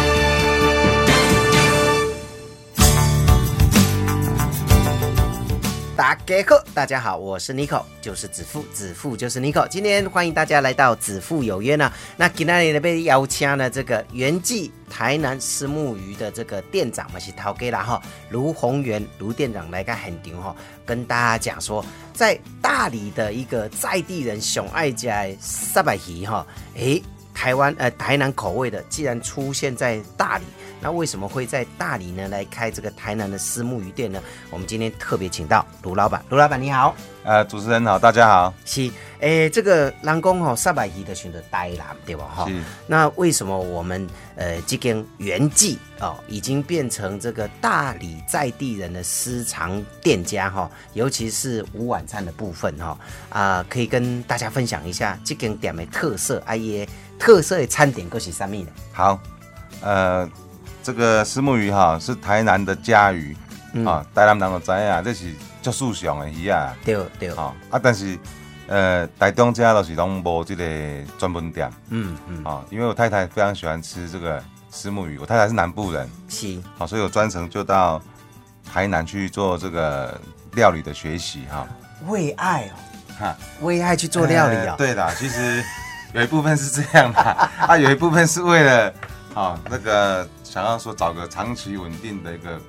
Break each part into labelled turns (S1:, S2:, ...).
S1: 打给克，大家好，我是 Nico，就是子父，子父就是 Nico。今天欢迎大家来到子父有约呢。那今天呢被邀请呢这个原记台南石木鱼的这个店长嘛是陶给啦哈，卢宏源卢店长来个很牛哈，跟大家讲说，在大理的一个在地人熊爱家沙白鱼哈，诶，台湾呃台南口味的既然出现在大理。那为什么会在大理呢来开这个台南的私木鱼店呢？我们今天特别请到卢老板，卢老板你好，
S2: 呃，主持人好，大家好。
S1: 是诶、这个人工吼三百鱼的选择呆啦，对吧？哈，
S2: 是
S1: 那为什么我们呃这间原记哦已经变成这个大理在地人的私藏店家哈、尤其是午晚餐的部分哈、啊、可以跟大家分享一下这间店的特色，啊耶，特色的餐点又是什么呢？
S2: 好，呃，这个石目鱼哈是台南的家鱼、啊，台南人都知啊，这是足树上的鱼啊，
S1: 对对，
S2: 吼、啊，但是呃，台中家都是拢无这个专门店
S1: 嗯嗯，
S2: 啊，因为我太太非常喜欢吃这个石目鱼，我太太是南部人，
S1: 是
S2: 好、所以我专程就到台南去做这个料理的学习哈。
S1: 为爱哦。
S2: 哈，
S1: 为爱去做料理
S2: 呃
S1: 啊、
S2: 对的，其实有一部分是这样的， 啊，有一部分是为了啊、那个想要说找个长期稳定的一个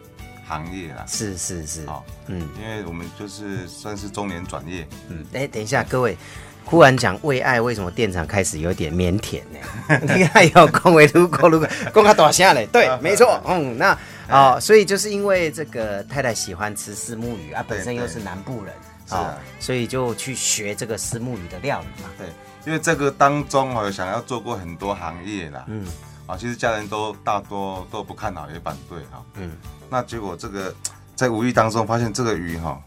S2: 行业啦。
S1: 是是是，
S2: 好、
S1: 嗯
S2: 因为我们就是算是中年转业，
S1: 嗯，哎、等一下，各位，忽然讲为爱，为什么店长开始有点腼腆呢？ 你看有恭维如果如果公开大下嘞，对，
S2: 啊
S1: 没错，嗯，那
S2: 哎
S1: 哦，所以就是因为这个太太喜欢吃丝木鱼啊，本身
S2: 对
S1: 又是南部人，哦
S2: 是啊
S1: 所以就去学这个丝木鱼的料理嘛。
S2: 对，因为这个当中哦，想要做过很多行业啦，
S1: 嗯
S2: 嗯，啊，其实家人都大多都不看好，也反对哈、
S1: 嗯
S2: 嗯，那结果这个在无意当中发现这个鱼哈、哦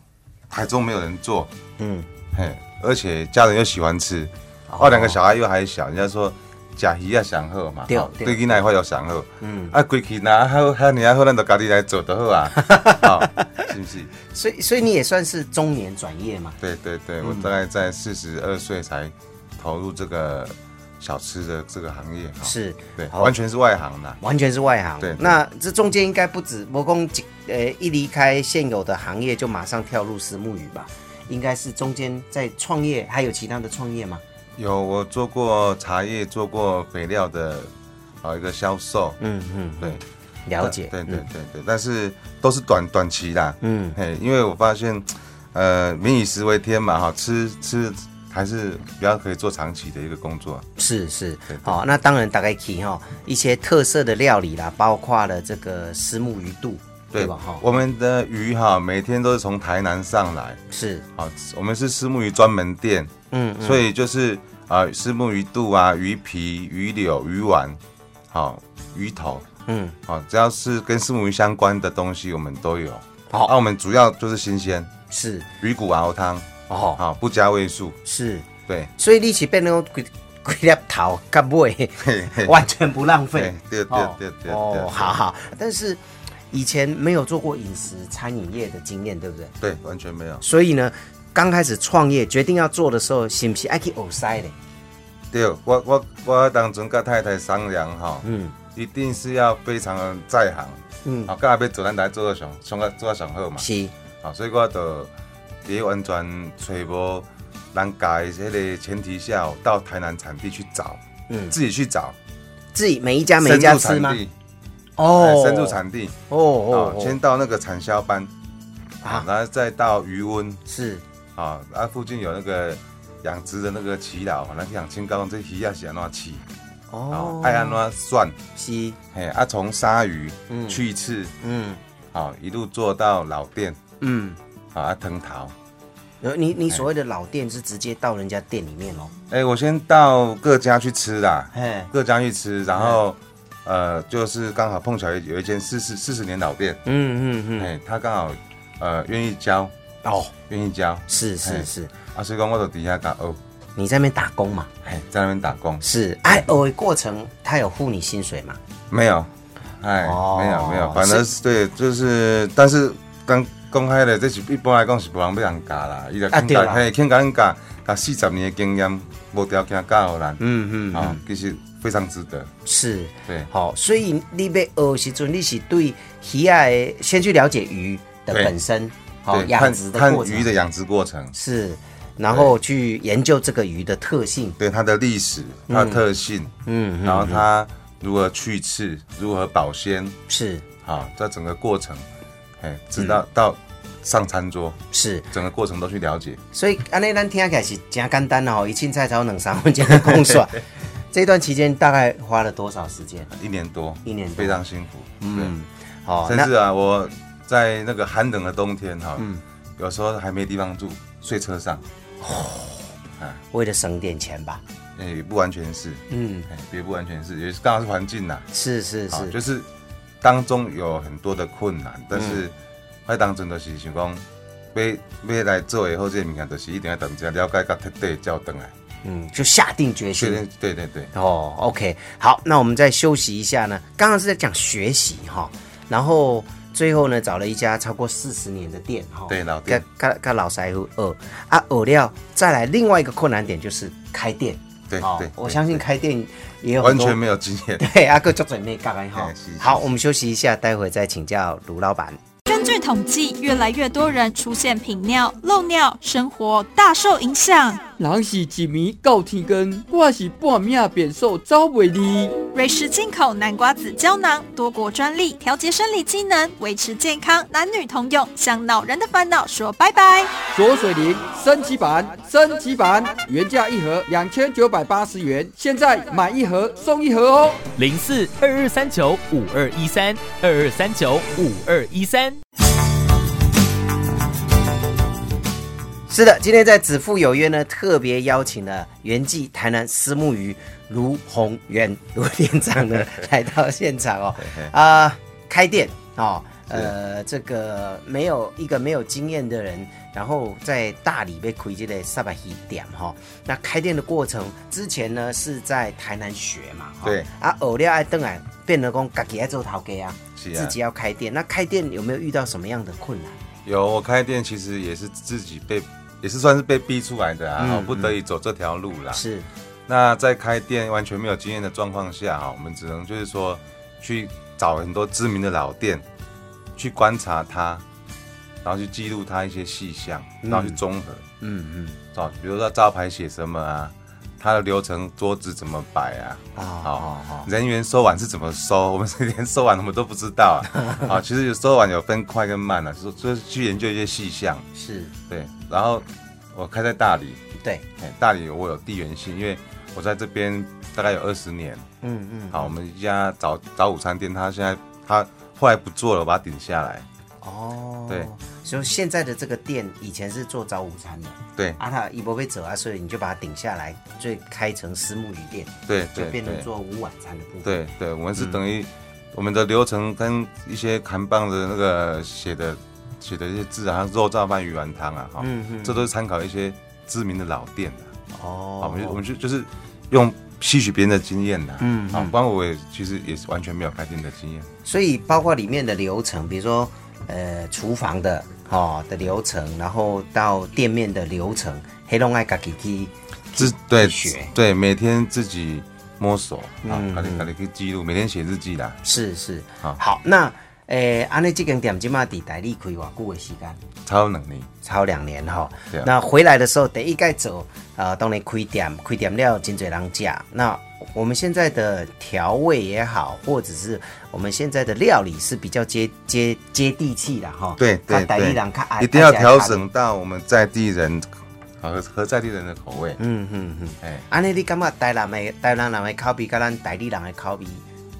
S2: 台中没有人做，
S1: 嗯，
S2: 嘿，而且家人又喜欢吃，哦，两个小孩又还小，人家说假鱼要上好嘛，
S1: 对
S2: 哦
S1: 对
S2: 对囡仔发要上好，
S1: 嗯
S2: 嗯，啊，规气那好，遐尼啊好，咱就家己来做就好啊，哦，是不是？
S1: 所以所以你也算是中年转业嘛。
S2: 对对对，
S1: 嗯
S2: 我大概在四十二岁才投入这个小吃的这个行业，哦，
S1: 是，
S2: 对，
S1: 好
S2: 完全是外行的，
S1: 完全是外行。
S2: 对对
S1: 那这中间应该不止魔工几，呃，一离开现有的行业就马上跳入石木鱼吧？应该是中间在创业，还有其他的创业吗？
S2: 有我做过茶叶，做过肥料的，啊，一个销售，
S1: 嗯嗯，
S2: 对，
S1: 了解。
S2: 对对
S1: 嗯
S2: 对对，但是都是短短期的，
S1: 嗯
S2: 嘿，因为我发现，呃，民以食为天嘛，哈，吃吃还是比较可以做长期的一个工作。
S1: 是是
S2: 对对，
S1: 好、那当然大概提哈、一些特色的料理啦，包括了这个石木鱼肚，对吧？哈、
S2: 我们的鱼哈，每天都是从台南上来，
S1: 是，
S2: 啊，我们是虱目鱼专门店，
S1: 嗯嗯，
S2: 所以就是啊，虱目鱼肚啊、鱼皮、鱼柳、鱼丸，好、鱼头，
S1: 嗯，
S2: 好、只要是跟虱目鱼相关的东西，我们都有。啊
S1: 好
S2: 那我们主要就是新鲜
S1: 是
S2: 鱼骨熬汤，
S1: 哦，
S2: 好、不加味素，
S1: 是，
S2: 对。
S1: 所以你起变那种鬼鬼粒头干尾，
S2: 嘿嘿
S1: 完全不浪费。
S2: 对对
S1: 哦
S2: 对对对
S1: 哦，
S2: 对
S1: 好好，但是以前没有做过饮食餐饮业的经验，对不对？
S2: 对，完全没有。
S1: 所以呢，刚开始创业决定要做的时候，是不是爱去耳塞嘞？
S2: 对，我我我当阵跟太太商量哈，
S1: 嗯
S2: 一定是要非常在行，
S1: 嗯，
S2: 啊，干阿要做咱来做到上上到做到上好嘛，
S1: 是
S2: 啊，所以我就伫完全揣无咱家的迄个前提下，我到台南产地去找，
S1: 嗯
S2: 自己去找，
S1: 自己每一家每一
S2: 深
S1: 家
S2: 入
S1: 吃
S2: 产
S1: 吗？
S2: 地，
S1: 哦
S2: 哎，深入产地，
S1: 哦哦
S2: 啊，，
S1: 哦
S2: 先到那个产销班，
S1: 啊
S2: 啊，然后再到余温，
S1: 是
S2: 啊，啊，附近有那个养殖的那个祈祷，咱去养青高，这鱼要是安怎饲，
S1: 哦
S2: 啊，，爱安怎算，
S1: 是
S2: 嘿，啊，从鲨鱼
S1: 嗯
S2: 去刺，
S1: 嗯
S2: 好、一路做到老店，
S1: 嗯，
S2: 好啊，藤桃。
S1: 呃你你所谓的老店是直接到人家店里面哦，
S2: 哎、我先到各家去吃啦，
S1: 嘿，
S2: 各家去吃，然
S1: 嗯
S2: 后，呃，就是刚好碰巧有有一间四十四十年老店，
S1: 嗯嗯嗯，
S2: 哎、他刚好，呃，愿意教，
S1: 哦，
S2: 愿意教，
S1: 是是
S2: 哎
S1: 是，
S2: 啊，所以讲我就底下讲哦，
S1: 你在那边打工嘛？
S2: 哎，在那边打工
S1: 是，哎，偶尔过程他有付你薪水嘛？
S2: 没有？哎，
S1: 哦
S2: 没有没有，反正是对，就是但是刚公开的，这是一般来讲是无人要人教啦，伊就肯
S1: 啊对啦
S2: 教，嘿，肯教恁教，教四十年的经验，无条件教互咱，
S1: 嗯嗯嗯，
S2: 啊，其实非常值得，
S1: 是，
S2: 对
S1: 好、所以你要学时阵，你是对鱼啊的先去了解鱼的
S2: 对
S1: 本身，好、
S2: 对，
S1: 哦养
S2: 看
S1: 殖的
S2: 看
S1: 过
S2: 鱼
S1: 程
S2: 的养殖过程，
S1: 是，然后去研究这个鱼的特性，
S2: 对它的历史、它的特性，
S1: 嗯，
S2: 然后它如何去刺、如何保鲜，
S1: 是
S2: 啊，这整个过程，哎，直
S1: 嗯
S2: 到到上餐桌，
S1: 是，
S2: 整个过程都去了解。
S1: 所以安尼咱听起来是真简单哦，一青菜炒两三分钟就讲 出来。这段期间大概花了多少时间？
S2: 一年多，
S1: 一年多
S2: 非常辛苦，
S1: 嗯
S2: 嗯，
S1: 好、
S2: 甚至啊，我在那个寒冷的冬天哈，
S1: 嗯
S2: 有时候还没地方住，睡车上，
S1: 为了省点钱吧。
S2: 也哎不完全是，
S1: 嗯，
S2: 哎也不完全是，也是刚好是环境呐，
S1: 是是
S2: 啊，
S1: 是，
S2: 就是当中有很多的困难，但
S1: 嗯
S2: 是我当中就是想讲。要要来做以后，这些物件就是一定要等下了解到彻底，才有回来。
S1: 嗯，就下定决
S2: 确
S1: 心
S2: 定，对对对，
S1: 哦，OK，好，那我们再休息一下呢。刚刚是在讲学习哈、然后最后呢找了一家超过四十年的店哈、
S2: 对老店
S1: 跟跟跟老师傅二啊，饵料再来另外一个困难点就是开店，
S2: 对对
S1: 哦我
S2: 对
S1: 相信
S2: 对
S1: 开店也有很
S2: 完
S1: 多
S2: 全没有经验。
S1: 对啊阿哥就准备干哈
S2: 哎是是。
S1: 好，
S2: 是
S1: 我们休息一下，待会再请教卢老板。
S3: 根据统计，越来越多人出现频尿、漏尿，生活大受影响。
S4: 人是一暝到天光，我是半命变数走袂离。
S3: 瑞士进口南瓜子胶囊，多国专利，调节生理机能，维持健康，男女通用，向老人的烦恼说拜拜。
S4: 左水灵升级版，升级版原价一盒两千九百八十元，现在买一盒送一盒哦。
S5: 零四二二三九五二一三二二三九五二一三。
S1: 是的，今天在子父有约呢，特别邀请了原记台南私募鱼卢宏元卢店长呢来到现场 哦，啊、开店哦，呃，这个没有一个没有经验的人，然后在大理被亏这个萨巴希点哈、那开店的过程之前呢是在台南学嘛，哦
S2: 对
S1: 啊，偶料爱邓来变得讲自己爱做头家啊，
S2: 是啊
S1: 自己要开店，那开店有没有遇到什么样的困难？
S2: 有，我开店其实也是自己被，也是算是被逼出来的啊，
S1: 嗯
S2: 哦不得已走这条路啦。
S1: 是
S2: 那在开店完全没有经验的状况下啊，我们只能就是说去找很多知名的老店，去观察它，然后去记录它一些细项，然后去综合。
S1: 嗯嗯。
S2: 哦，比如说招牌写什么啊，它的流程桌子怎么摆啊，
S1: 啊
S2: 好
S1: 啊啊
S2: 人员收碗是怎么收， 我们是连收碗我们都不知道啊。好，其实有收碗有分快跟慢啊，就是就是去研究一些细项。
S1: 是，
S2: 对，然后我开在大理，
S1: 对，
S2: 哎，大理我有地缘性，因为我在这边大概有二十年。
S1: 嗯嗯，
S2: 好，我们一家早早午餐店，他现在他后来不做了，我把它顶下来。
S1: 哦，
S2: 对，
S1: 所以现在的这个店以前是做早午餐的，
S2: 对
S1: 啊，他一波被走啊，所以你就把它顶下来，所以开成私募鱼店，
S2: 对
S1: 就
S2: 对
S1: 变成
S2: 对
S1: 做嗯午晚餐的部分。，
S2: 对对，我们是等于我们的流程跟一些扛棒的那个写的写的一些字啊，肉燥饭、鱼丸汤啊，哈，
S1: 嗯嗯
S2: 这都是参考一些知名的老店的、
S1: 哦
S2: 啊，，我们就我们就就是用吸取别人的经验呐、啊，
S1: 嗯
S2: 啊
S1: 嗯，
S2: 光我也其实也是完全没有开店的经验，
S1: 所以包括里面的流程，比如说呃厨房的哦的流程，然后到店面的流程，黑龙爱嘎吉吉，
S2: 自对
S1: 学
S2: 对，每天自己摸索啊
S1: 嗯，
S2: 赶紧赶紧去记录，每天写日记啦，
S1: 是是，
S2: 好
S1: 好，那诶，安内这间店即马伫台里开偌久的时间？
S2: 超能力，
S1: 超两年哈
S2: 对啊。
S1: 那回来的时候，第一盖走，呃，当然开店，开店了真侪人食。那我们现在的调味也好，或者是我们现在的料理是比较接接接地气的哈。
S2: 对对
S1: 较台语
S2: 对
S1: 人较爱
S2: 一定要
S1: 爱吃较
S2: 调整到我们在地人和和在地人的口味，
S1: 嗯嗯嗯。
S2: 哎。
S1: 安尼你感觉台南的台南人的口味，跟咱台里人的口味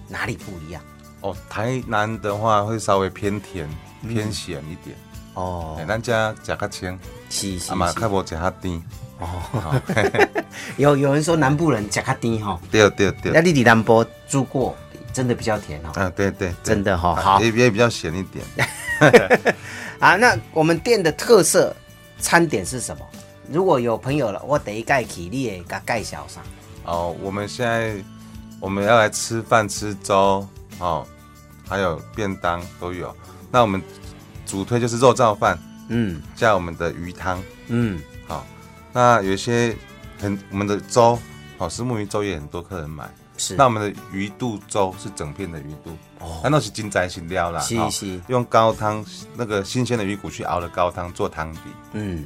S1: 哪里不一样？
S2: 哦，台南的话会稍微偏甜、偏咸一点。
S1: 嗯哦
S2: 哎、，咱家食较清，
S1: 是是
S2: 啊嘛
S1: 是
S2: 较无食较甜。
S1: 哦，有有人说南部人食较甜哈，
S2: 对对
S1: 那
S2: 对，
S1: 你伫南部住过，真的比较甜哦。
S2: 啊对对，对
S1: 真的哈
S2: 啊
S1: 好
S2: 也也比较咸一点。
S1: 啊，那我们店的特色餐点是什么？如果有朋友了，我第一盖起你也给介绍上。
S2: 哦，我们现在我们要来吃饭、吃粥哦，还有便当都有。那我们主推就是肉燥饭
S1: 嗯
S2: 加我们的鱼汤，
S1: 嗯，
S2: 好、那有一些很我们的粥，好、石目鱼粥也很多客人买。
S1: 是。
S2: 那我们的鱼肚粥是整片的鱼肚，哦，那都是金仔新料啦，
S1: 是
S2: 哦
S1: 是
S2: 用高汤那个新鲜的鱼骨去熬的高汤做汤底，
S1: 嗯，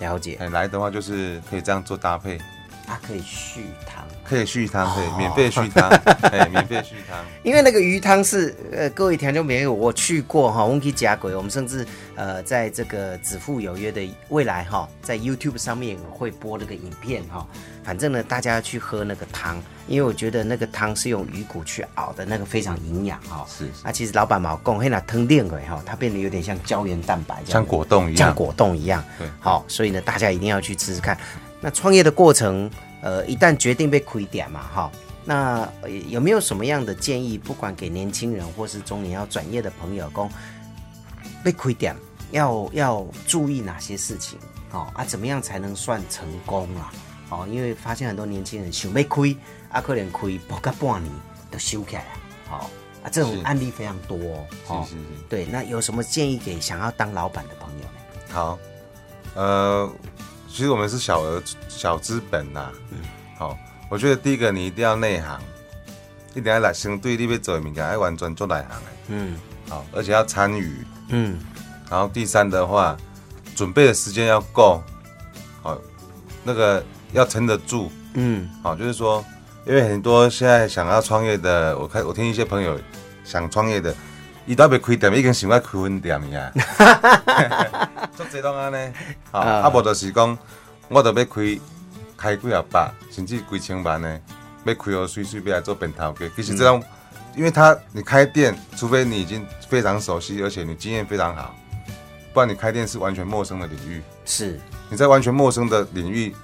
S1: 了解。
S2: 哎，来的话就是可以这样做搭配，
S1: 它可以续汤，
S2: 可以续汤，
S1: 哦
S2: 可以免费续汤，哎，免费续汤。
S1: 因为那个鱼汤是呃，各位听众朋友，我去过哈，我们去甲鬼，我们甚至呃，在这个子父有约的未来哈，在 YouTube 上面会播那个影片哈。反正呢，大家要去喝那个汤，因为我觉得那个汤是用鱼骨去熬的，那个非常营养哈。
S2: 是是
S1: 那、啊其实老板毛贡黑拿汤炼鬼哈，它变得有点像胶原蛋白这样
S2: 像
S1: 的
S2: 果冻一
S1: 像
S2: 样，
S1: 果冻一样。
S2: 对
S1: 好，所以呢，大家一定要去吃吃看。那创业的过程，呃，一旦决定被亏点嘛，哈，那呃有没有什么样的建议？不管给年轻人或是中年要转业的朋友，讲被亏点要要注意哪些事情？哦啊，怎么样才能算成功啊？哦，因为发现很多年轻人想被亏，啊，可能亏不个半年就收起来了，好、啊，这种
S2: 是
S1: 案例非常多哦。哦
S2: 是是是。
S1: 对，那有什么建议给想要当老板的朋友呢？
S2: 好，呃，其实我们是小额小资本呐、好、我觉得第一个你一定要内行，一定要来先对你要做的物件要完全做内行的，
S1: 嗯
S2: 好、而且要参与。
S1: 嗯
S2: 然后第三的话，准备的时间要够，好、那个要撑得住，
S1: 嗯
S2: 好、就是说，因为很多现在想要创业的，我看我听一些朋友想创业的。伊都要开店，已经想要开分店呀，足侪拢安尼，吼，
S1: 啊
S2: 啊无就是讲，我都要开开几啊百，甚至几千万的，要开哦，水水要来做本头家。其实这种，因为他你开店，除非你已经非常熟悉，而且你经验非常好，不然你开店是完全陌生的领域。
S1: 是
S2: 你在完全陌生的领域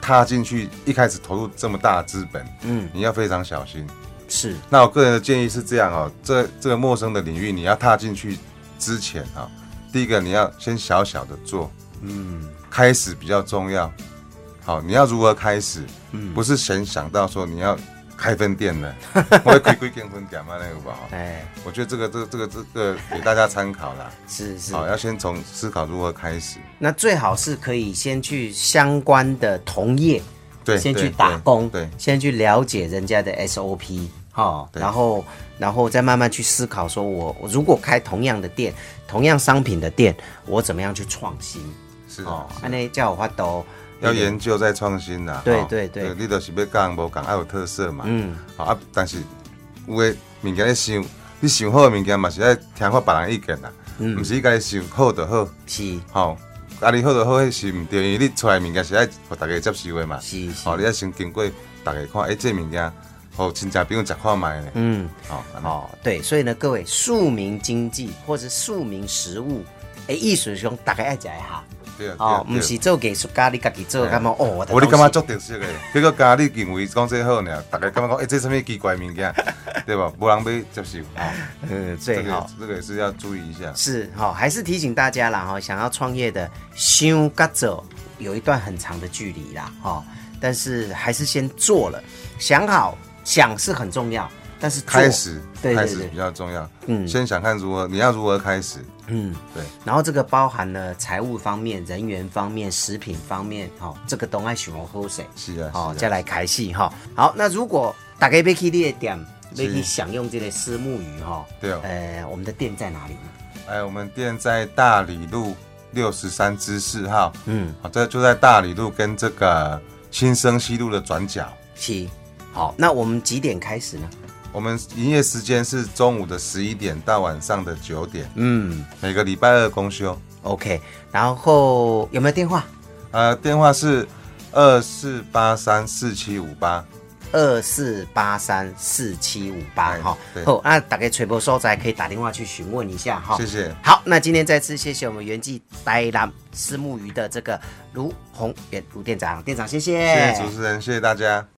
S2: 踏进去，一开始投入这么大的资本，
S1: 嗯
S2: 你要非常小心。
S1: 是
S2: 那我个人的建议是这样哦，这这个陌生的领域，你要踏进去之前啊、哦，第一个你要先小小的做，嗯，开始比较重要。好，你要如何开始？嗯，不是先想到说你要开分店了，我要开归建分店嘛那个吧。哦
S1: 哎
S2: 我觉得这个这个这个这个给大家参考啦。
S1: 是是，
S2: 好，要先从思考如何开始。
S1: 那最好是可以先去相关的同业，
S2: 对，
S1: 先去
S2: 对
S1: 打工，
S2: 对，对
S1: 先去了解人家的 SOP，哈、
S2: 对
S1: 然后然后再慢慢去思考，说我我如果开同样的店，同样商品的店，我怎么样去创新？
S2: 是
S1: 哦
S2: 哦，，是
S1: 安内叫我发抖，
S2: 要研究再创新啦。
S1: 对
S2: 吼
S1: 对对
S2: 你就是要讲无讲，要有特色嘛。
S1: 嗯，
S2: 好啊，但是有的物件咧想，你想好的物件嘛是要听看别人意见啦，
S1: 嗯
S2: 毋是你家己想好就好，
S1: 是
S2: 吼。啊，你好就好，迄是毋对，因为你出来的物件是要互大家接受的嘛。
S1: 是是
S2: 吼，你要先经过大家看，诶，这物件，互亲戚朋友食看卖咧。
S1: 嗯。
S2: 吼，安尼
S1: 哦，对，所以呢，各位庶民经济或者庶民食物，哎，艺术兄大概爱讲一下
S2: 对啊，对啊
S1: 哦，唔是，做艺术家，你家己做，
S2: 对啊
S1: 感觉哦，我的
S2: 我你感觉足
S1: 东
S2: 特色的，结果家你认为讲这好呢，大家感觉讲，哎诶，这什么奇怪的物件， 对吧？无人要接受。吼
S1: 西，嗯，
S2: 这
S1: 最
S2: 个
S1: 好
S2: 这个也是要注意一下。
S1: 是哈、哦，还是提醒大家啦哈、哦，想要创业的，修跟走有一段很长的距离啦哈、哦，但是还是先做了，想好想是很重要，但是做
S2: 开始，
S1: 对
S2: 开
S1: 对
S2: 始
S1: 对
S2: 比，较重要。
S1: 嗯
S2: 先想看如何，你要如何开始。
S1: 嗯。
S2: 对，
S1: 然后这个包含了财务方面、人员方面、食品方面，哦，这个都爱喜欢喝水，
S2: 是啊，
S1: 哦，
S2: 是啊
S1: 再来开戏哈、好，那如果大家要去你的店，
S2: 是
S1: 要去享用这个丝木鱼哈、
S2: 对哦
S1: 呃，我们的店在哪里呢？
S2: 哎，我们店在大理路六十三支四号，
S1: 嗯，
S2: 好，这就在大理路跟这个新生西路的转角。
S1: 七。好，那我们几点开始呢？
S2: 我们营业时间是中午的十一点到晚上的九点，
S1: 嗯
S2: 每个礼拜二公休。
S1: ，OK。然后有没有电话？
S2: 呃，电话是二四八三四七五八，
S1: 二四八三四七五八
S2: 哎
S1: 哈
S2: 对。
S1: 好，那大家垂博收仔可以打电话去询问一下哈。
S2: 谢谢。
S1: 好，那今天再次谢谢我们原记呆兰丝木鱼的这个卢宏远卢店长，店长谢哎
S2: 谢谢主持人，谢谢大家。